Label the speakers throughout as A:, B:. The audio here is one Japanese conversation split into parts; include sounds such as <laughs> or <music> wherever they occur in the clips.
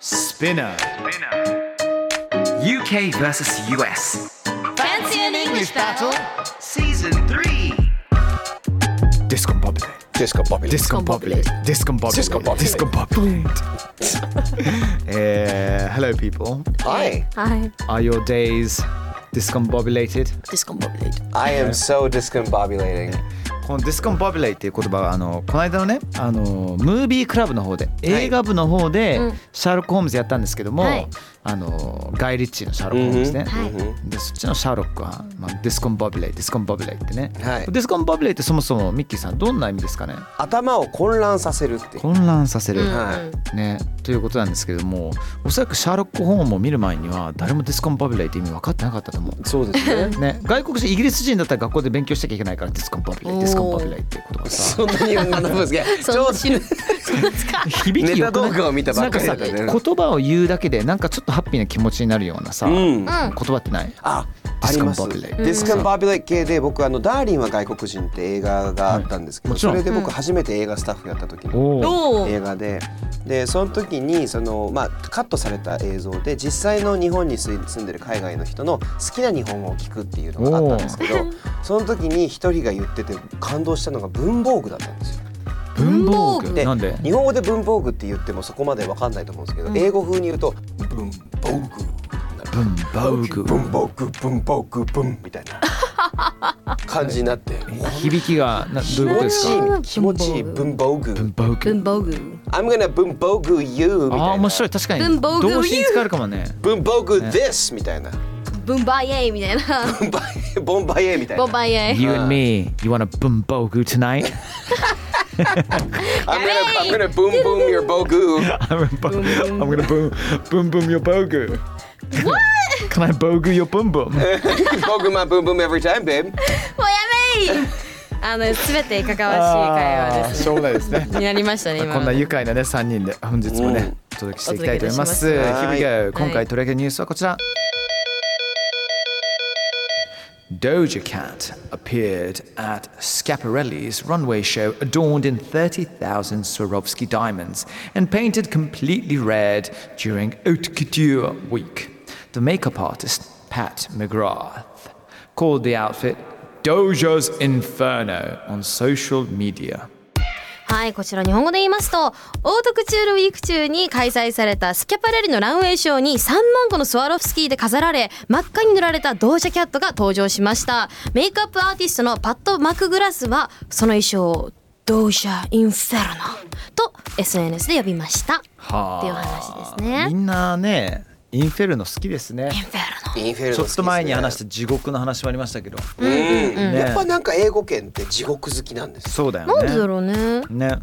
A: Spinner.
B: UK versus US
C: Fancy an English battle
B: Season 3
A: Discombobulate. Discombobulate. Discombobulate. Discombobulate. <laughs> uh, hello, people.
D: Hi,
E: Hi.
A: Are your days discombobulated?
E: Discombobulate.
D: I am so discombobulating.
A: この discombobulate っていう言葉はあのこの間のねあのムービークラブの方で映画部の方で、
E: うん
A: シャーロック・ホームズやったんですけども、
E: はい
A: あのガイ・リッチーのシャーロック・ホームズね、
E: はい。
A: でそっちのシャーロックは、まあ、ディスコンバビレイディスコンバビレイってね、
D: はい
A: ディスコンバビレイってそもそもミッキーさんどんな意味ですかね
D: 頭を混乱させるって。
A: 混乱させる、
D: は
A: ねということなんですけどもおそらくシャーロック・ホームを見る前には誰もディスコンバビレイって意味分かってなかったと思う
D: い。そうですね。
A: ね、外国人イギリス人だったら学校で勉強しなきゃいけないからディスコンバビレイ
E: おー
A: ディスコンバビレイっていう言葉さ
D: <laughs> そんなに学ぶんですけど、ちょうど
A: <laughs> 響
D: ネ
A: きよ
D: タ
A: くな
D: 動
A: い
D: 画を見たば
A: な
D: っ
A: んか
D: かり
A: さ
D: だった
A: 言
D: ね。
A: 葉を言うだけでなんかちょっとハッピーな気持ちになるようなさ、
D: う
A: 言
D: ん。
A: 葉ってない
D: あ、あります。デ
A: Discombobulate
D: ィスコンバビレイ系で僕あのダーリンは外国人って映画があったんですけど、
A: はいもちろ
D: そ
A: ん
D: れで僕初めて映画スタッフやった時の
A: おー
E: お
D: 映画で。でその時にその、まあ、カットされた映像で実際の日本に住んでる海外の人の好きな日本語を聞くっていうのがあったんですけどその時に一人が言ってて感動したのが文房具だったんですよ。
A: 文房具
D: で
A: なんで
D: 日本語で文房具って言ってもそこまでわかんないと思うんですけど、英語風に言うと文房
A: 文房
D: 具
A: 具
D: 文房具文房具文みたいな感じになって
A: 響きがなどういうこと
D: 気持
A: で
D: ち
A: すか
D: いい気持ちいい文房具
A: 文房具
E: Bumbogu.
D: I'm gonna 文房具 you みた
A: あ
D: いな
A: あ面白い確かに
E: 文房具
A: 動詞に使えるかもね
D: 文房具 this みたいな <laughs>
E: Bumbaye みたいな。
D: ボンバイボンバイエみたいな
E: Bumbaye。
A: You and me you wanna 文房具 tonight
D: I'm gonna, I'm gonna boom boom your ボ <laughs> 具
A: <laughs> I'm gonna boom boom boom your ボ具 What <laughs> Can I ボ具 your boom boom
D: ボ具 my boom boom every time babe
E: もうやめい。あのすべてかかわしい
A: Ah,
E: 会話です
A: しょうがないですね
E: ね。になりましたね今の。
A: こんな愉快なね3人で本日もねお届けしていきたいと思います。
E: お
A: 日
D: けい
E: 届
D: たし
A: 々
D: ますはい
A: が今
E: は
A: 回
E: い
A: 取り上げるニュースはこちら。Doja Cat appeared at Schiaparelli's runway show adorned in 30,000 Swarovski diamonds and painted completely red during Haute Couture Week. The makeup artist, Pat McGrath, called the outfit Doja's Inferno on social media.
E: はい、こちら日本語で言いますと、オートクチュールウィーク中に開催されたスキャパレリのランウェイショーに3万個のスワロフスキーで飾られ、真っ赤に塗られたドージャキャットが登場しました。メイクアップアーティストのパット・マクグラスは、その衣装をドージャ・インフェルノと SNS で呼びました。
A: はあ
E: っていう話です
A: み
E: ね。
A: んなねインフェルノ好きですね
E: インフェルノ。
D: インフェルノ
A: ちょっと前に話したた地獄の話もありましたけど、ね
D: やっぱなんか英語圏って地獄好きなんです
A: そうだ
E: なんでだ
A: よね
E: ろうね。
A: ね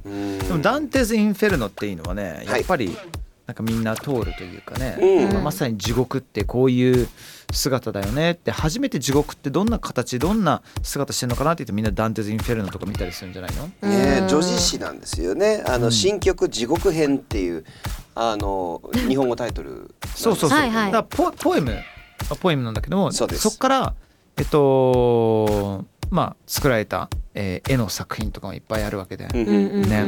A: でもダンテズ・インフェルノっていうのはね
D: は
A: や
D: い
A: っぱりなんかみんな通るというかね、
D: うん
A: まあまさに地獄ってこういう姿だよねって初めて地獄ってどんな形どんな姿してるのかなって言ってみんなダンテズ・インフェルノとか見たりするんじゃないの
D: ね、女子誌なんですよね。あの新曲地獄編っていうあの日本語タイトルなんです。
A: そうそうそう、
E: はいはい
A: だからポポエムあポエムなんだけども
D: そうです
A: っからえっとまあ作られた、えー絵の作品とかもいっぱいあるわけで、
D: うん
A: ま
E: うんうんうん。
A: ね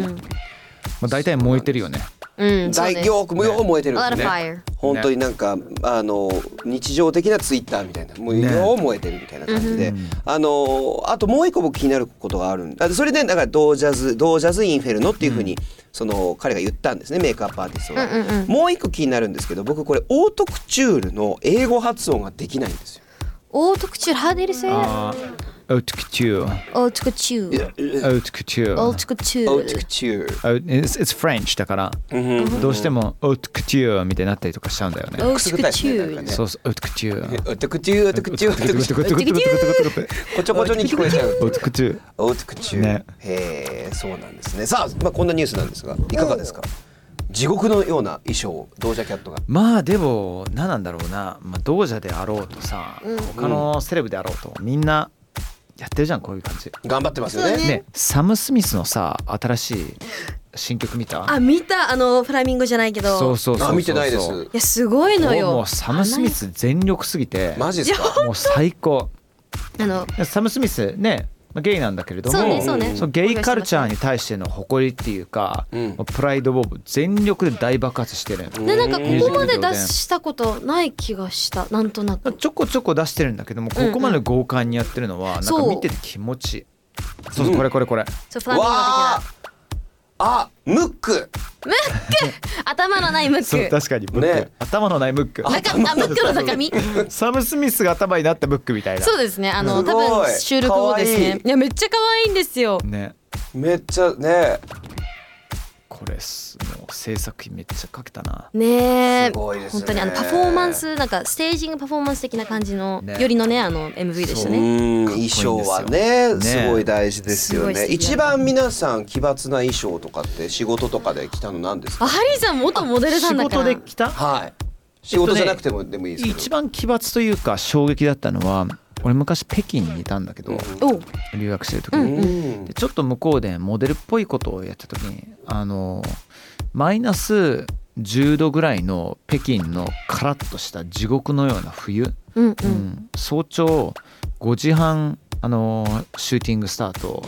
A: あ、大体燃えてるよね
E: うん、そう
D: 大
E: です。
D: 行無用燃えてるん
E: A lot
D: で
E: of
D: すね。
E: fire.
D: 本当になんかあの日常的なツイッターみたいなもう
A: ね
D: よう燃えてるみたいな感じで、あのあともう一個僕気になることがあるんだそれでだからドージャズドージャズインフェルノっていうふうに、その彼が言ったんですねメイクアップアーティストが、
E: うんうんうん
D: もう一個気になるんですけど僕これオートクチュールの英語発音ができないんですよ。
E: オートクチュール、ハーデルセオ
A: あーオートクチュー
E: ートクチュール。
A: オートクチュ
E: オ
A: ー
E: ートクチュ
D: オ
E: ー
D: ート
E: ル
D: ク。チュール
A: It's, it's French だから、どうしてもオートクチューみたいになったりとかしちゃうんだよね、
E: オ
D: くすぐったいですねなんかね
A: そうそうオートクチュー
D: おとくちゅうおとくちゅうおとくちゅうこちょこちょに聞こえちゃう
A: オートクチュー
D: おとくちゅう
A: ね
D: へえそうなんですねさあまあこんなニュースなんですがいかがですか地獄のような衣装をドージャキャットが
A: まあでも何なんだろうな、まあ、同者であろうとさ、他のセレブであろうとみんなやってるじゃんこういう感じ。
D: 頑張ってますよね
A: ねサム・スミスのさ新しい新曲見た
E: あ見たあのフラミンゴじゃないけど
A: そうそうそうそう
D: あ見てないで
A: もう
D: す
E: いやすごいのよ
A: もうサム・スミス全力すぎて
D: マジですか
A: もう最高
E: あの
A: サム・スミスねまあゲイなんだけれども
E: そうねそうね
A: のゲイカルチャーに対しての誇りっていうか、
D: う
A: ま
D: ん
A: あプライドボブ全力で大爆発してる、
E: でなんか
D: ミュー
E: こ
D: ジ
E: こ
D: ッ
E: ま
D: ク
E: で出したことない気がしたなんと <laughs> なく
A: ちょこちょこ出してるんだけどもここまで豪快にやってるのは、なん
E: そう
A: か見てて気持ちいいそうそうこれこれこれ、
E: そうフ
D: わ
E: ラミン
D: ああ
E: ゴ的な
D: ムック
E: 頭のないム
A: そう
E: ック
A: 確かにムック、
D: ね
A: 頭のないムック
E: 中あムックの中身
A: <laughs> サム・スミスが頭になったムックみたいな
E: <laughs> そうですねあの
D: す
E: 多
D: ごい
E: 分収録後です
D: かわ
E: ね
D: い
E: いやめっちゃ可愛いんですよ
A: ね
D: めっちゃね
A: これすもう制作費めっちゃかけたな
E: ねえ
D: すごいですね
E: 本当にあのパフォーマンスなんかステージングパフォーマンス的な感じの、
A: ね
E: よりのねあの MV でしたね
D: うん
A: かっこいいんで
D: 衣
A: すよ
D: 装はね
A: ね
D: すごい大事ですよ
E: すご
D: ね
E: い素敵だ
D: 一番皆さん奇抜な衣装とかって仕事とかで着たのなんです
E: あ
D: か
E: ハリーさん元モデルさんだから
A: 仕事で来た
D: はい仕事じゃなくてもでもいいですけど
A: 一番奇抜というか衝撃だったのは俺昔北京にいたんだけど、
E: おう
A: 留学してる時
D: う
A: に、
D: ん
A: でちょっと向こうでモデルっぽいことをやってた時にあのマイナス10度ぐらいの北京のカラッとした地獄のような冬、
E: うんうん
A: うん早朝5時半あのシューティングスタート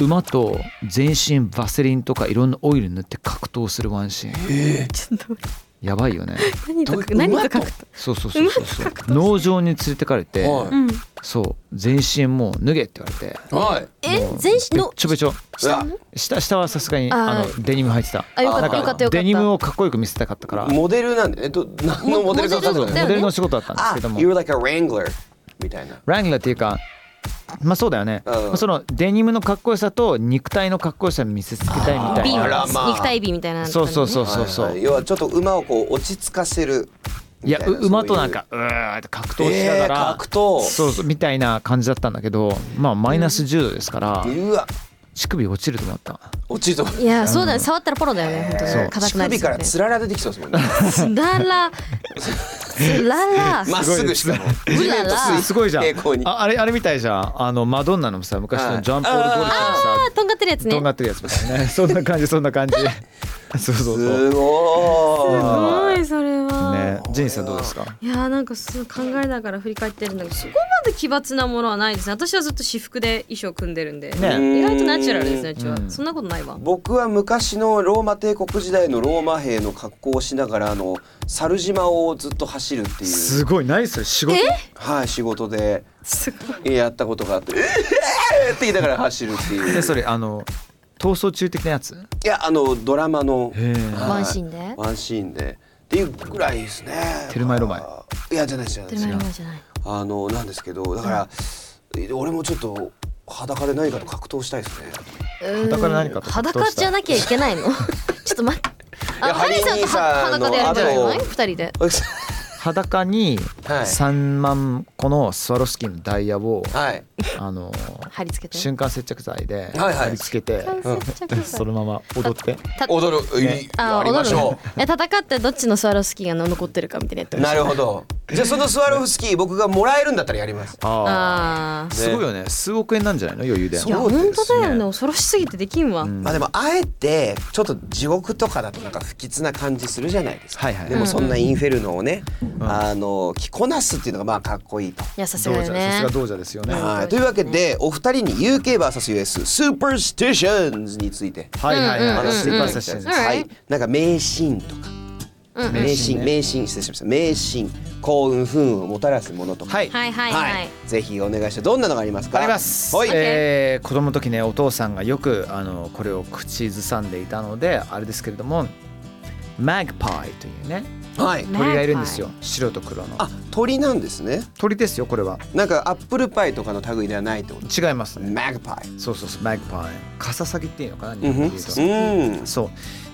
A: 馬と全身バセリンとかいろんなオイル塗って格闘するワンシーン、
E: ちょっと
A: やばいよね
E: 何とか何とか書くと
A: そうそうそうそうそう農場に連れてかれて、
D: は
E: うん
A: そう全身もう脱げって言われて
D: はい
E: え全身の
A: べちょべちょ
D: うわ
A: 下下はさすがに
E: あー
A: あのデニム履いてた
E: あよかった
A: なん
E: よかったよかった
A: デニムをかっこよく見せたかったからモ
D: モデルなんでえっと何のモデルか分かんない
E: モデルだよ
A: デ
E: ね
A: ルの仕事だったんです
D: あ
A: けども
D: You're like a wrangler みたいな
A: ラングラーっていうかまあそうだよね、
D: うん
A: まあそのデニムのかっこよさと肉体のかっこよさを見せつけたいみたい
E: 美
D: あ
A: な
D: らまあ
E: 肉体美みたいな
A: そうそうそううそうそう、
D: はい
A: い
D: はい要はちょっと馬をこう落ち着かせるみ
A: や
D: たな
A: う馬と
D: そう
A: ない
D: うん
A: かうーって格闘しながら、
D: えー格闘
A: そうそうみたいな感じだったんだけどまあマイナス10度ですから、
D: うわ乳
A: 乳首落ちると思った
D: 落ちると
E: いやそうだね触ったらポロだよね本当
A: そ
E: に
A: う
E: 硬くなり
D: 首
E: そ
D: か
E: う
D: ら
E: で
D: つらら出てきそうですもんね
E: つら
A: <laughs>
E: らつらら
D: まっすぐしかも地面 <laughs> と水
A: すごいじゃん
D: 平行に
A: ああれあれみたいじゃんあのマドンナのさ昔
D: は
A: の
D: い
A: ジャンポール・ゴリさんのさ
E: あとんがってるやつね
A: とんがってるやつみたいなね <laughs> そんな感じそんな感じそうそうそう
D: すご
E: すごいそれは、
A: ねジェニーさんどうですか
E: いやーなんかそう考えながら振り返ってるんだけどそこまで奇抜なものはないですね私はずっと私服で衣装組んでるんで、
A: ね
E: 意外とナチュラルですねうちは、そんなことないわ
D: 僕は昔のローマ帝国時代のローマ兵の格好をしながらあの猿島をずっと走るっていう、
A: すごい何それ仕事
D: はい、仕事です
E: ごい
D: やったことがあって「ええー!」って言いながら走るっていう
A: で
D: い
A: それあの逃走中的なやつ
D: やあのドラマの
A: へえ
D: はい
E: ワンシーンで
D: ワンシーンでっていうぐらいですね
A: テルマエロマエ
D: いやじゃないですじゃないで
E: テ
D: す
E: ルマエロマエじゃない
D: あのなんですけどだから、俺もちょっと裸で何かと格闘したいですね <laughs>
A: 裸で何かと格闘したい
E: 裸じゃなきゃいけないの <laughs> ちょっと待って
D: い
E: あ
D: や
E: ハリーさん
D: ハ
E: とは
D: リーさんの
E: 裸でやるんじゃない
D: あ
E: の
D: と
E: 二人で
A: 裸に
D: はい
A: 3万個のスワロフスキーのダイヤを
D: はい
A: あの
E: 貼り付けて
A: 瞬間接着剤で
D: はい
A: 貼り付けて <laughs> そのまま踊って
E: た
D: 踊る、やりましょ
E: うえ戦ってどっちのスワロフスキーが残ってるかみたいなやって
D: う
E: まし
D: なるほどじゃあそのスワロフスキー僕がもらえるんだったらやります
E: た
A: あ
E: あ
A: あすごいよね数億円なんじゃないの余裕で
E: ーいや
D: そう
E: 本
D: ですね
E: 当だよね恐ろしすぎてできんわ、
D: まあでもあえてちょっと地獄とかだとなんか不吉な感じするじゃないですか、
A: はいはい
D: でもそんなインフェルノをね、あの着こなすっていうのがまあかっこいいと。
E: いやさす
A: 同
E: が
A: 者さ
E: よね
A: すが同者ですよね
D: はい、というわけでお二人に UKVSUS スーパーステーションズについて
A: はいはいはい。
D: あの
A: ス
D: ス
A: ー
D: ー
A: パ
D: パ
A: ー
D: ー
A: セッ
D: セ
A: ショ
D: ショ
A: ン
D: ン
A: で
D: ですす。
A: は
D: はいい。なんか迷信とか、迷信迷信失礼しました。迷信幸運不運をもたらすものとか。
A: はい。
E: はいはいはい、
D: はい。ぜひお願いしてどんなのがありますか。
A: あります。
D: はい。
A: えー子供の時ねお父さんがよくあのこれを口ずさんでいたのであれですけれども、マグパイというね
D: はい。
A: 鳥がいるんですよ。白と黒の。
D: あ、鳥なんですね。
A: 鳥ですよこれは。
D: なんかアップルパイとかの類ではないってこと。
A: 違いますね。
D: マグパイ。
A: そうそうそうマグパイ。カササギっていうのかな日
D: うん
A: 本
D: ふ
A: で
D: ん。
A: 言うと。
D: うん。
A: そう。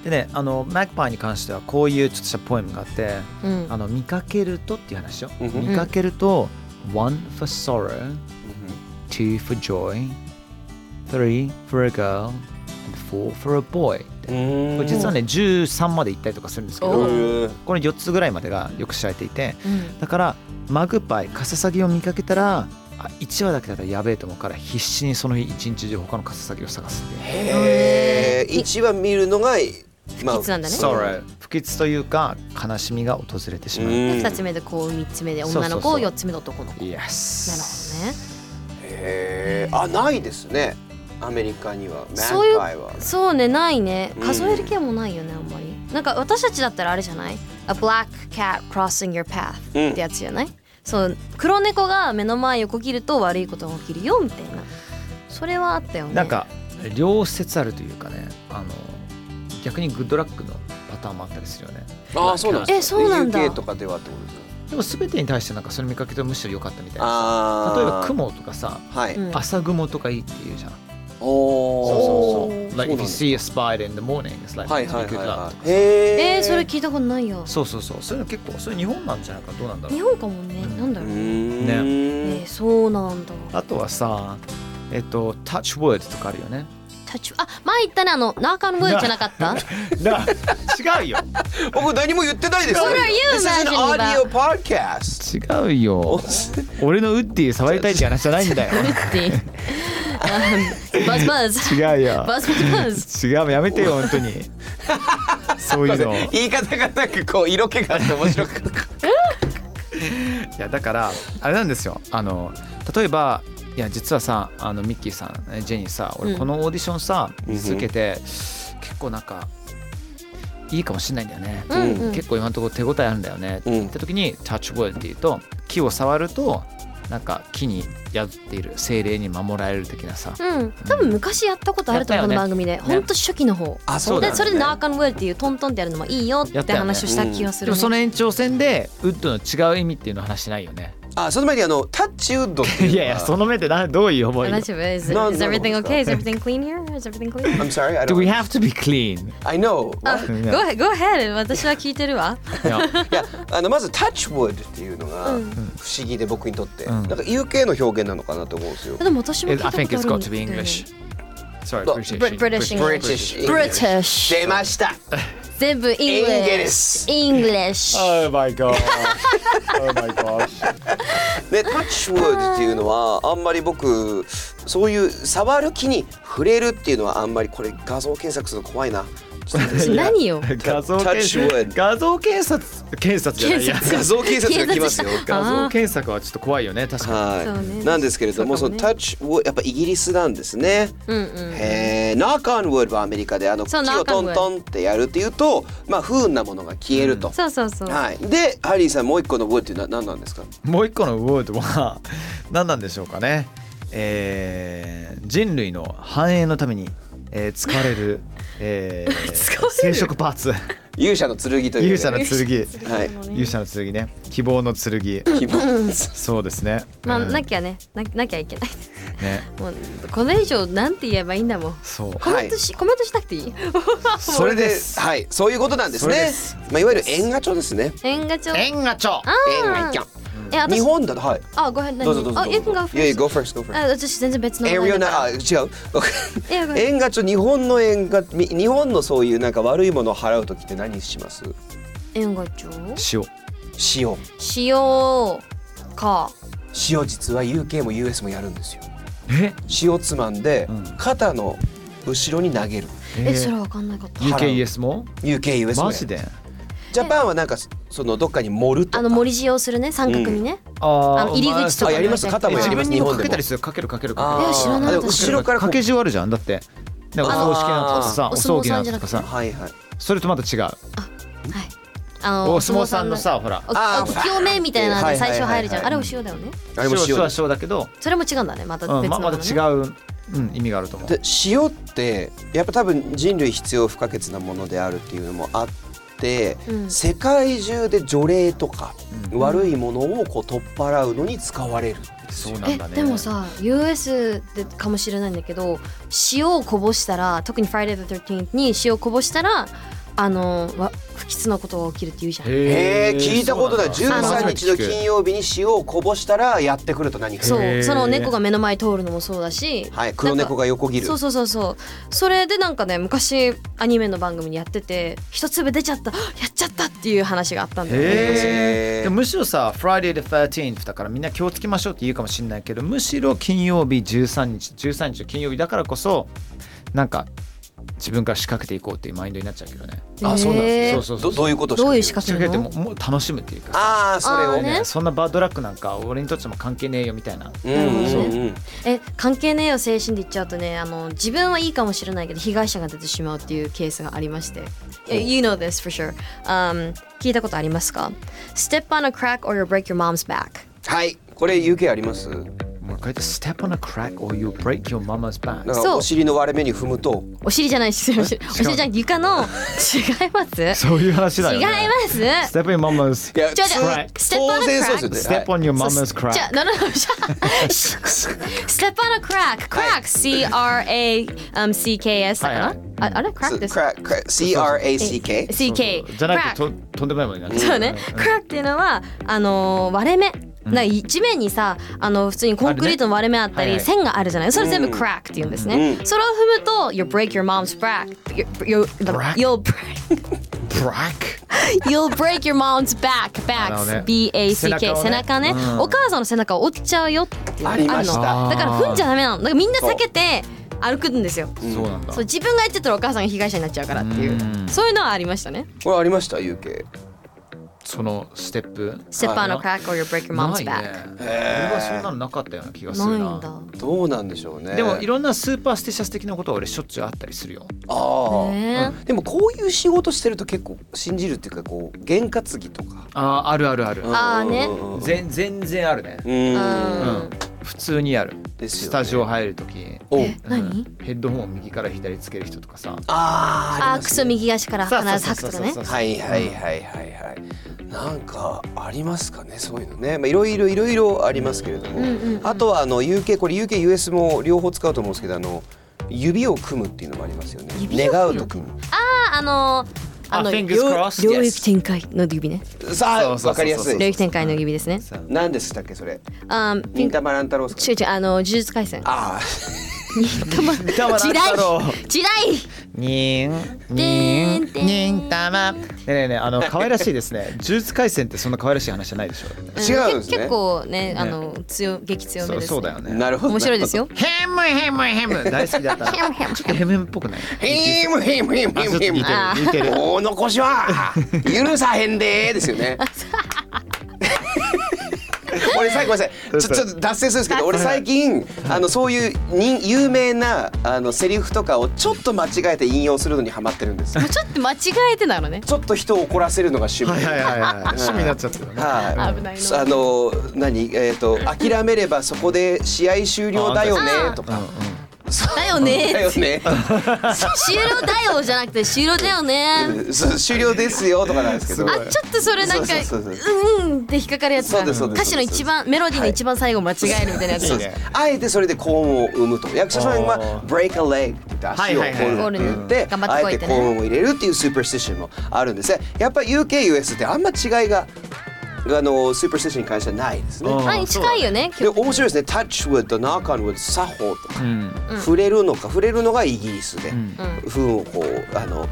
A: でねあのマグパイに関してはこういうちょっとしたポエムがあって、
E: うん
A: あの見かけるとっていう話よ。
D: うんふん
A: 見かけると、one for sorrow。two for joy, three for a girl, four for a boy ってこれ実はね13まで行ったりとかするんですけ
E: お
A: ど
D: ー
A: これ4つぐらいまでがよく知られていてだからマグパイカササギを見かけたらあ1羽だけだったらやべえと思うから必死にその日一日中他のカササギを探すっていう
D: えー、一話見るのがま
E: 不吉なんだね
A: Sorrow 不吉というか悲しみが訪れてしまう、
D: うん
E: で2つ目でこう3つ目で
A: そうそう
E: 女
A: そう
E: の子4つ目の男の子なる
A: Yes
E: ほどね
D: へーあないですねアメリカには
E: そういう
D: マグパイは
E: そうねないね
D: うん
E: 数える系もないよねあんまりなんか私たちだったらあれじゃない A black cat crossing your path
D: うん
E: ってやつじゃない、そう黒猫が目の前を横切ると悪いことが起きるよみたいなそれはあったよね
A: なんか両説あるというかねあの逆にグッドラックのパターンもあったりするよね
D: ああそうなんですか
E: えそうなんだ
D: UK とかではってことですね
A: でも全てに対してなんかそれ見かけてもむしろ良かったみたいな
D: あー
A: 例えば雲とかさ
D: はい、
E: うん
A: 朝雲とかいいって言うじゃん
D: お
A: そ
D: お
A: うそうそう。Like
D: なん
A: if you
D: だ
A: see a spider in the morning, it's like
D: はい
A: it's
D: はい
A: good
D: はい、は
A: luck.
D: い、へ
E: え
D: え
E: ー、それ聞いたことないよ
A: そうそうそう。そういうの結構、それ日本なんじゃないかどうなんだろ
E: 日
A: う。
E: 本かもね、
A: うん
E: なんだ
D: う
E: ろう、え
D: ーん
E: ー、そうなんだ
A: あとはさ、えっと、touch wood とかあるよね。
E: タチュあ前言ったねあのナーカンブーじゃなかった
A: な、違うよ。
D: 僕何も言ってないですよ
E: What are you
D: This is an
E: imagining about?
D: audio podcast
A: 違うよ。俺のウッディ触りたいって話じゃないんだよ。
E: ってバズバ
A: <laughs>
E: ズ
A: 違うよ。
E: バズバズ
A: 違う、やめてよ、本当に。 <laughs> そういうの。い
D: 言い方がなんかこう色気があって面白かった
A: や、だから、あれなんですよ。あの、例えば、いや実はさあのミッキーさんえジェニーさ俺
E: うん
A: このオーディションさ、
D: うんうん
A: 続けて結構なんかいいかもしれないんだよね、
E: うんうん
A: 結構今のところ手応えあるんだよね、
D: うん
A: って時に「touch wood」って言うと木を触るとなんか木に宿っている精霊に守られる的なさ、
E: うん、多分昔やったことあると思う、
A: やったよね
E: この番組で、ほんと初期の方
D: あそう
A: だよ
E: で
A: ね
E: それでナーカンウェルっていうトントンってやるのもいいよっ
A: やってたよね
E: 話をした気がす
A: で
E: る、
A: も
E: ね
A: その延長線でウッドの違う意味っていうの話しないよね
D: あその前にあのタッチウッドっていうの
A: い
D: が
A: やいやその目でなどういう思い
E: 大丈夫 is,
D: なん
E: is
D: なん
E: everything
D: なん
E: okay? Is everything clean here? Is everything clean?
D: I'm sorry I
A: Do we
D: don't
A: have to be clean?
D: I know
E: あ
D: What?
E: go ahead, go ahead 私は聞いてるわ
A: いや
D: いやあのまずタッチウッドっていうのが不思議で僕にとって、なんか UK の表現なのかなと思うんですよ
E: でも私も聞
A: I
E: いたことある
A: think it's got to be
E: んだよね
A: English. Sorry,
D: Well,
A: British.
E: Brit- British
D: British English
E: British
D: 出ました
E: 全部 English
D: English
E: English
A: Oh my
D: <laughs>
A: god. Oh my gosh.
D: でタッチウッドっていうのはあんまり僕そういう触る気に触れるっていうのはあんまりこれ画像検索するの
E: <laughs>
D: 怖いなちょっと待って
E: 何よ
A: <laughs> 画像検
D: Touch wood
A: 画像検索検索じゃないや。
D: 画像検索が来ますよ
E: 検索した
A: 画
E: あ
A: 像検索はちょっと怖いよね確か
D: は
E: そう
D: い、
E: ね
D: なんですけれども
E: そ
D: そう
E: かも
D: の
E: ね
D: タッチウッドやっぱイギリスなんですね、
E: うんうん
D: えー、ナーカンウッドはアメリカであの木
E: そう
D: をト
E: knock on wood
D: ントンってやるっていうとまあ不運なものが消えると、
E: そうそうそう
D: はい、でハリーさんもう一個のウッドっていうのは何なんですか
A: に。もう一個の wood は何なんでしょうかね。えー、人類の繁栄のために、えー、使われる、
E: <laughs>
A: えー、生殖パーツ
D: 勇者の剣という、ね、
A: 勇者の
E: <laughs>
A: 剣
D: はい
A: 勇者の剣ね希望の剣
D: 希
A: <laughs>
D: 望
A: そうですね。
E: まあ
A: うん
E: なきゃねななきゃいけない
A: ね
E: もうこれ以上なんて言えばいいんだもん
A: そう。
E: コメントし、コメントしなくていい <laughs>
D: それではいそういうことなんですね
A: それです
D: まあいわゆる縁ガチョですね
E: 縁がちょ
A: 縁がちょ
D: 縁ガチョ
E: え私
D: 日本だとはい
E: あごめん何
D: どうぞどうぞ
E: あ
D: どう
E: 縁
D: ぞ
E: が
D: いやいや go first go first
E: あ私全然別の
D: エリオなあ違う
E: えごめん
D: 縁ガチョ日本の縁ガみ日本のそういうなんか悪いものを払う時って何します
E: 縁がち
A: 塩。
E: ょ
D: 塩
E: しようか
D: 塩実は UK も US もやるんですよ
A: え
D: 塩つまんで
A: ん
D: 肩の後ろに投げる
E: えそれわかんなかった
D: い
A: UKES も
D: UK US も
A: マ
D: や
A: ジ
D: る
A: で
D: ジャパンはなんかそのどっかに盛るとか
E: あの森塩をするね三角にね
A: あー
E: あの入り口とか
D: あやります肩
A: え
D: もや
A: 自
D: りま
A: 分
D: す
A: に
D: 日
A: も
D: 本
A: か
D: で
A: け
D: も
A: たりするかけるかける
D: あ
A: か
D: ー
E: いや知らなかった
D: あでも後ろからこ
A: 掛
D: う
A: け十あるじゃんだってなんか
D: あー
A: お葬式なんとかさ
E: お
A: お
E: 相
A: 葬
E: 撲
A: 儀
E: さ
A: なんん
E: じゃな
A: と
E: く
A: か
E: て
A: さ
D: はいはい
A: それとまた違う
E: はいあの
A: お相撲さんのさほら
E: お
D: あー
E: お清めみたいなの
D: は
E: で
D: いはい
E: 最
D: はい
E: 初入るじゃん
D: はい
E: あれお塩だよね
D: あれも
A: 塩
D: 塩
A: は
D: です
A: 塩だけど
E: それも違うんだねまた
A: うん
E: 別
A: ま
E: の
A: ま
E: も
A: た
E: の
A: 違
E: ね
A: ううん意味があると思う
D: で塩ってやっぱ多分人類必要不可欠なものであるっていうのもあって、
E: うん
D: 世界中で除霊とか、悪いものをこう取っ払うのに使われる
A: そうな
E: え
A: んだね
E: でもさ US でかもしれないんだけど塩をこぼしたら特に Friday the 13th に塩をこぼしたらあのわ不吉なことが起きるって言うじゃん
D: へえ聞いたことない
E: なんだ
D: 13日の金曜日に塩をこぼしたらやってくると何か
E: そ
A: へー
E: うその猫が目の前通るのもそうだし、
D: はい黒猫が横切る
E: そうそうそうそうそれでなんかね昔アニメの番組にやってて一粒出ちゃった <gasps> やっちゃったっていう話があったんだよね
D: へー
A: へえむしろさ Friday the 13th だからみんな気をつけましょうって言うかもしれないけどむしろ金曜日13日13日の金曜日だからこそなんか自分から仕掛けていこうっていうマインドになっちゃうけどね
D: あそうなん
E: へ
D: で
E: ー
D: す
A: そ
D: ね
A: うそうそ
D: ど
A: う
D: どういうことを
E: どういう仕
D: 掛
A: 仕
E: 掛
A: 掛
E: け
A: けて
E: な
A: もも
E: の
A: う楽しむっていうか
D: けるああそれ
E: あ
D: を
E: ーね
A: そんなバードラックなんか俺にとっても関係ねえよみたいな
D: うんうん
E: そう
D: うん
E: え関係ねえよ精神で言っちゃうとねあの自分はいいかもしれないけど被害者が出てしまうっていうケースがありましてえ You know this for sure、um, 聞いたことありますか Step on a crack or you break your mom's back
D: はいこれ UK あります
A: もう一回言って「step on a crack or you break your mama's back
D: なん」
E: そ
D: か
E: う
D: お尻の割れ目に踏むと
E: お尻じゃな
A: <laughs>
E: いしお尻お尻じゃない床の違います
A: そういう話だ
E: 違
A: よ
E: い
A: ね
E: ます
A: 「step on your mama's
D: いや
E: じゃあじゃあ
D: そう
E: step on a
D: 当然そうですよね
A: step on your
E: そう
A: mama's crack
E: じゃあ、ななじゃ <laughs> あ step on a crack, crack, C R A um C K S かな
A: はいは？
E: ああれ crack です。
D: crack crack- CRACK
E: C K
A: じゃないとととんでもないもんね
E: そうね、クラックっていうのはあのー割れ目。なんか一面にさあの普通にコンクリートの割れ目あったり、
A: あるね
E: 線があるじゃないそれ全部クラックって言うんですね、それを踏むと You break your mom's back you,
A: Brack？
E: you'll, break-
A: crack
E: you'll break your mom's back
A: なるほど
E: back
A: ね
E: B-A-C-K
A: 背中をね
E: 背中ね
A: うん
E: お母さんの背中を折っちゃうよっていう
D: ありました
E: のだから踏んじゃダメなのだからみんな避けて歩くんですよ
A: そうなんだ
E: そう自分がやっちゃったらお母さんが被害者になっちゃうからっていうそういうのはありましたね
D: これありました UK
A: そのステップ
E: Step on a crack or you break your
A: な
E: mom's
A: い
E: back
A: ね俺はそんなのなかったような気がす
E: な
A: る
E: い
A: なん
E: だ。
D: どうなんでしょうね
A: でもいろんなスーパーステシャス的なことは俺しょっちゅうあったりするよ
D: ああ、
E: ね
D: でもこういう仕事してると結構信じるっていうかこう験担ぎとか
A: あーあるあるある
E: ああね。
A: ぜん全然あるね
D: うん
A: うん普通にある
D: ですよね
A: スタジオ入るとき
D: お
E: 何？
A: ヘッドホンを右から左つける人とかさ
D: あーあ
E: あ
D: り
E: ー
D: ま
E: ク
D: す
E: ソ右足から必ず吐くとかね。
D: はいはいはいはいはいなんかありますかねそういうのねまあいろいろいろいろありますけれども、あとはあの UK これ UKUS も両方使うと思うんですけどあの指を組むっていうのもありますよね願うと組む
E: ああの
A: あ
E: あの
A: fingers
E: 両
A: crossed,
E: 両
A: yes
E: 翼展開の指ね。
D: さ
A: そうそうそう
D: あ
A: そう
D: わかりやす
E: 両
D: い
E: 翼展開の指ですね。
D: 何でしたっけそれ
E: あん
D: 忍たま乱太郎ですか
E: ちょいちょいあの呪術廻戦。
D: あ
A: 忍たま
E: 時代時代。
A: にん
E: て
A: に
E: んて
A: ん
E: ん
A: にんたまねえねえねえあの可愛らしいですね <laughs> 呪術廻戦ってそんな可愛らしい話じゃないでしょ
D: あ違うんですね
E: 結構ねあの強激強め
A: そ
E: で
A: う
E: す。
A: そうだよ。ね
D: なるほど
E: 面白い <laughs> ですよ。
A: ヘムヘムヘム大好きだったちょっとヘムヘムっぽくない
D: ヒムヒムヒム
A: あちょっと
D: ヒム
A: 似てる似
D: <laughs>
A: てる
D: お残しは許さへんでーですよね。 <laughs> 俺最後ごめんなさいちょちょっと脱線するんですけど俺最近あのそういうに有名なあのセリフとかをちょっと間違えて引用するのにハマってるんですよ
E: ちょっと間違えてなのね。
D: ちょっと人を怒らせるのが趣味
A: はいはいはいはい趣味になっちゃってるよね
D: はい
E: 危ない
D: あの何えっ、と諦めればそこで試合終了だよねとか
E: だよ
D: だ
E: ね。
D: よね
E: 終了だよじゃなくて終了だよね。
D: <laughs> そう終了ですよとかなんですけど
E: あちょっとそれなんか
D: そうそうそうそ
E: うんうんって引っかかるやつがあ
D: そう
E: る
D: ですそうです
E: 歌詞の一番メロディーの一番最後間違えるみたいなやつ
D: そうですあえてそれで幸運を生むと役者さんは
A: お
D: 「break a leg」って足を
A: はいはいはい
D: 折るって言って,、
E: うん頑張ってこ
D: あ
E: い
D: え
E: っ
D: て
E: てね
D: 幸運を入れるっていうスーパースティションもあるんですねやっぱ UKUS ってあんま違いがあのスーパースティションに関してはないですね
E: あ近いよね
D: で面白いですね「touchwood」と「knockonwood」「作法」とか、触れるのか触れるのがイギリスで、不運をこうあの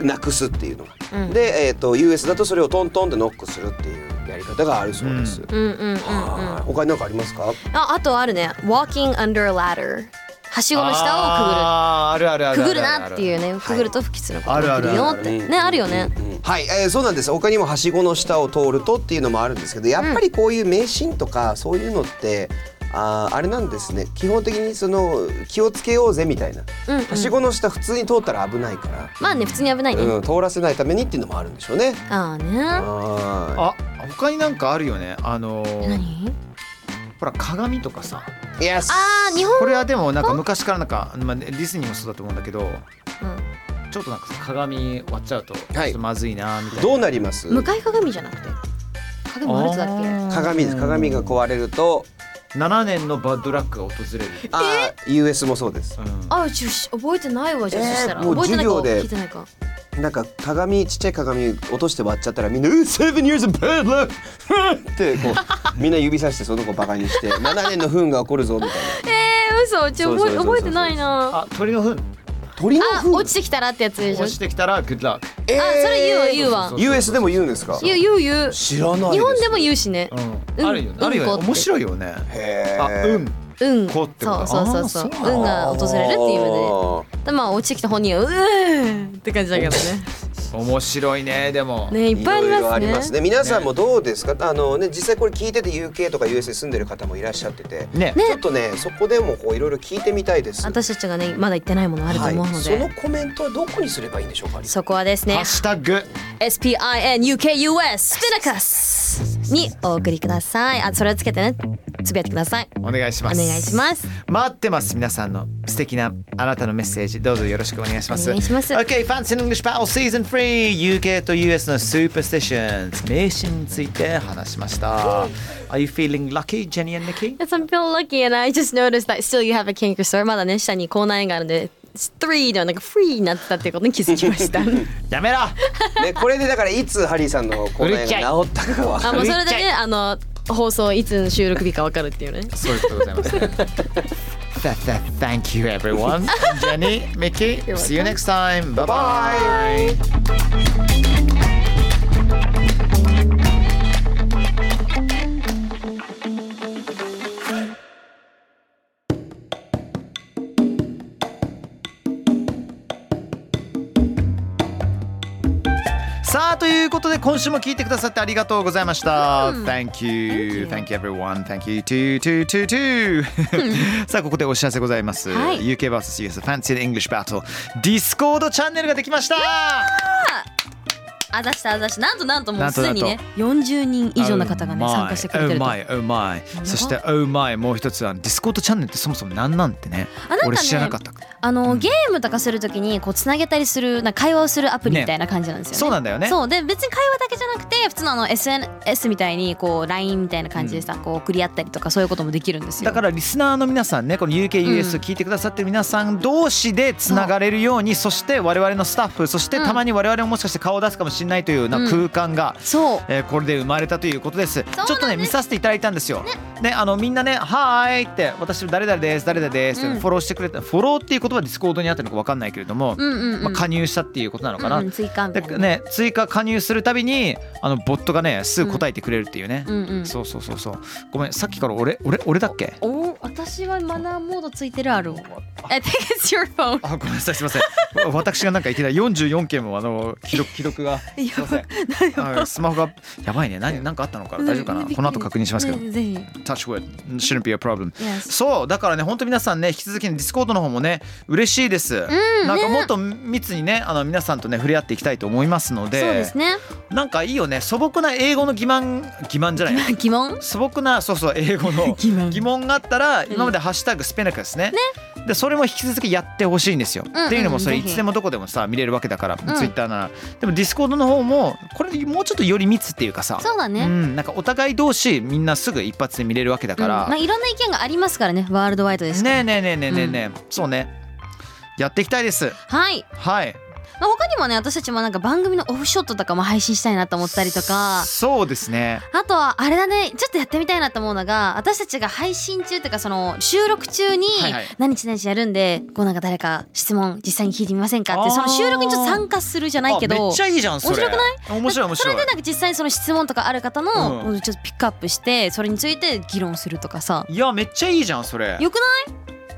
D: なくすっていうのが、で、えー、と US だとそれをトントンでノックするっていうやり方があるそうです、はい他に何かありますか
E: ああとあるね walking under a ladder はしごの下を
A: あーあるあるあ
E: く
A: る
E: ぐる
A: あ
E: く
A: る
E: ぐる
A: ああ
E: なっていうねくぐると不吉なこと
A: ある
E: が
A: あ
E: 起
A: るあ
E: きる
A: る
E: よ
A: あ
E: っ
A: る
E: てねあるよね
D: はい、えーそうなんです他にもはしごの下を通るとっていうのもあるんですけどやっぱりこういう迷信とかそういうのって、あーあれなんですね基本的にその気をつけようぜみたいな、はしごの下普通に通ったら危ないから、
E: まあね普通に危ないね
D: うん、通らせないためにっていうのもあるんでしょうね。
E: ああね
D: あ
A: あ他になんかあるよねあのー
E: 何
A: ほら鏡とかさ
D: ー yes.
E: あー日本
A: これはでもなんか昔からなんか、まあ、ディズニーもそうだと思うんだけど、ちょっとなんかさ鏡割っちゃうとちょ
D: は
A: っ
D: い
A: とまずいなみたいな、
D: どうなります
E: 向かい鏡じゃなくて鏡割れてたっけ
D: 鏡です鏡が壊れると
A: 7年のバッドラックが訪れる、
D: あー US もそうです。
A: うん
E: あちょし覚えてないわじゃあ
D: えー
E: そしたら
D: もう
E: 覚えてないか
D: 授業で
E: 聞いてないか
D: えなんか鏡ちっちゃい鏡落として割っちゃったらみんな「うっ seven years of bad luck! 」 <laughs> ってこ
E: <laughs>
D: うみんな指さしてその子バカにして7年の不運が起こるぞみたいな
E: えー、嘘ちょ
D: そうそうそう
E: 覚え
D: そう
E: 覚えてないなあ
A: あ鳥の糞
D: 鳥の不運
E: 落ちてきたらってやつでしょ
A: 落ちてきたら good luck
D: えー
E: あそれ言うわ言うわ
A: そう
D: US でも言うんですか
E: 言う言う言う
D: 知らない
E: 日本ですも言うしね、
A: う、
E: うんん
A: あるよね、
E: うん
A: あるよ
E: こ
A: ね
E: う
A: 面白いよね
D: へー
A: あうん
E: 運
A: こうってこ
E: そ
A: と
E: うそ
A: あーそ
E: うそうそう
A: う
E: 運が訪れるっていう意味
D: あー
E: ででまあ落ちてきた本人はうーって感じだけどね
A: 面白いねでも
E: ねいっぱいありますね
D: ろろ皆さんもどうですか、あのね実際これ聞いてて UK とか US に住んでる方もいらっしゃってて、
A: ね
D: ちょっとねそこでもこういろいろ聞いてみたいです。
E: 私たちがねまだ行ってないものあると思うので、
D: はい、そのコメントはどこにすればいいんでしょうか。
E: そこはです
A: ハ
E: ね
A: ッシュタグ
E: SPINUKUS スピナカスにお送りくださいあそれをつけてねつぶやいてください
A: お願いし
E: お
A: ます
E: 願いします
A: 待ってます皆さんの素敵なあなたのメッセージどうぞよろしくお願いします
E: お願いします
A: OK Fancy in English Battle Season 3UK と US の Superstitions 迷信について話しました Are you feeling lucky Jenny and Nikki?
E: Yes, I'm feeling lucky, and I just noticed that still you have a canker sore. まだね、下に口内炎があるんで、three ではなんか free になってたってことに気づきま <laughs> した。
A: やめろ
D: ねこれでだからいつハリーさんのコメントが治ったかは。
E: あ、もうそれで
A: めっち
E: ね、あの、放送いつの収録日かわかるっていうね。
A: そういうことでございますね Th- th- Thank you everyone Jenny, Mickey See you next time Bye byeさあということで今週も聞いてくださってありがとうございました。Thank you. Thank you everyone. Thank you to to to
E: <laughs>
A: to. さあここでお知らせございます。
E: はい
A: UK vs US Fancy the English Battle Discord チャンネルができ
E: <gasps>
A: ました。
E: あざしたあざした。なんとなんとも
A: な
E: うん
A: と
E: すで
A: なんと
E: にね、40人以上の方がね、
A: Oh my,
E: 参加してくれてると。
A: Oh
E: あ、
A: my, oh my. そして Oh my もう一つは Discord チャンネルってそもそも何なんてね。
E: なんか
A: 俺
E: ね
A: 知らなかった。
E: あの、ゲームとかするときに、こう、つなげたりする、なんか会話をするアプリみたいな感じなんですよね。
A: そうなんだよね。
E: そうで別に会話だけじゃなくて普通のあの SNS みたいにこう LINE みたいな感じでさ、こう送り合ったりとかそういうこともできるんですよ
A: だからリスナーの皆さんねこの UKUS
E: うん
A: 聞いてくださってる皆さん同士でつながれるようにそして我々のスタッフそして
E: うん
A: たまに我々ももしかして顔を出すかもしれないというような
E: うん
A: 空間が、
E: そう
A: えーこれで生まれたということです
E: す
A: ちょっとね見させていただいたんですよ、ねあのみんなね「はーい」って「私誰々です誰々です」って
E: うん
A: フォローしてくれた、フォローっていう言葉ディスコードにあったのか分かんないけれども、
E: うんうんうん、
A: まあ、加入したっていうことなのかな、
E: うんうん、追加みた
A: で
E: いな
A: ね追加加入するたびにあのボットがねすぐ答えてくれるっていうね、
E: うんうん
A: そうそうそうそうごめんさっきから俺俺俺だっけ
E: お私はマナーモードついてるある <laughs> I think it's your phone
A: あごめんなさいすみません <laughs> わ私がなんかいきなり44件もあの既読既読がすいませんあスマホがやばいね何何かあったのか大丈夫かなこの後確認しますけど
E: ねぜひ
A: touch wood shouldn't be a problem
E: Yes
A: そうだからね本当皆さんね引き続きディスコードの方もね嬉しいです、なんかもっと密にねあの皆さんとね触れ合っていきたいと思いますので
E: そうですね
A: なんかいいよね素朴な英語の欺瞞欺瞞じゃない
E: <laughs> 疑問
A: 素朴なそうそう英語の
E: 疑問
A: 疑問があったら今まで「ハッシュタグスペナカ」ですね,、でそれも引き続きやってほしいんですよ、
E: うん
A: っていうのもそれ
E: ぜ
A: い
E: ひ
A: つでもどこでもさ見れるわけだから、ツイッターならでもディスコードの方もこれもうちょっとより密っていうかさ
E: そうだね、
A: う
E: うん
A: ん、なんかお互い同士みんなすぐ一発で見れるわけだから、
E: まあ、いろんな意見がありますからねワールドワイドですか
A: ね
E: ら
A: えねえねえねえねえねえそうねやっていきたいです
E: はい、
A: はい
E: まあ、他にもね私たちもなんか番組のオフショットとかも配信したいなと思ったりとか
A: そうですね
E: あとはあれだねちょっとやってみたいなと思うのが私たちが配信中というかその収録中に
A: はいはい
E: 何日何日やるんでこうなんか誰か質問実際に聞いてみませんかっ
A: あー
E: てその収録にちょっと参加するじゃないけど
A: あめっちゃいいじゃんそれ
E: 面白く
A: ない面白い面白い
E: それでなんか実際にその質問とかある方の
A: う
E: ちょっとピックアップしてそれについて議論するとかさ
A: いやめっちゃいいじゃんそれ
E: よく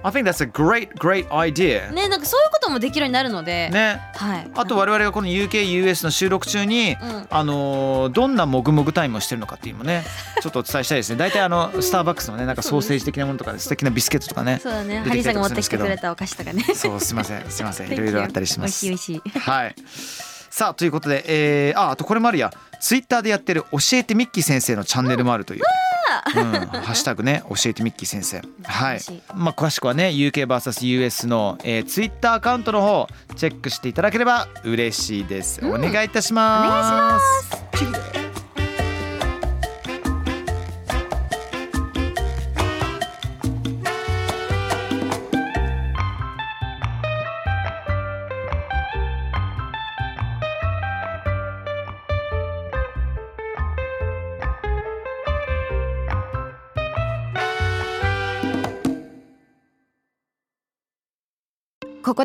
A: I think that's a great great idea
E: ないねなんかそういうこともできるようになるので、
A: ね
E: はい
A: あと我々がこの UKUS の収録中に、
E: ん
A: あのーどんなもぐもぐタイムをしてるのかっていうのもねちょっとお伝えしたいですね大体あのスターバックスのねなんかソーセージ的なものとかね素敵なビスケットとかね
E: そうだ
A: 出
E: ねハ
A: て
E: リー
A: きた
E: さん
A: り
E: が
A: もするん
E: 持っ
A: で
E: て
A: す
E: き
A: け
E: て
A: ど
E: くれたお菓子とかね
A: そうすいませんすい <laughs> ません <laughs>
E: Thank
A: い
E: you
A: ろいろあったりします
E: 美味しい美味しい
A: はいさあということで、えーああとこれもあるやツイッターでやってる「教えてミッキー先生」のチャンネルもあるという。うん、ハッシュタグね教えてミッキー先生はい
E: 嬉しい、
A: まあ、詳しくはね UKVSUS の、えー、ツイッターアカウントの方チェックしていただければ嬉しいです、お願いいたしますお願いします
C: ここ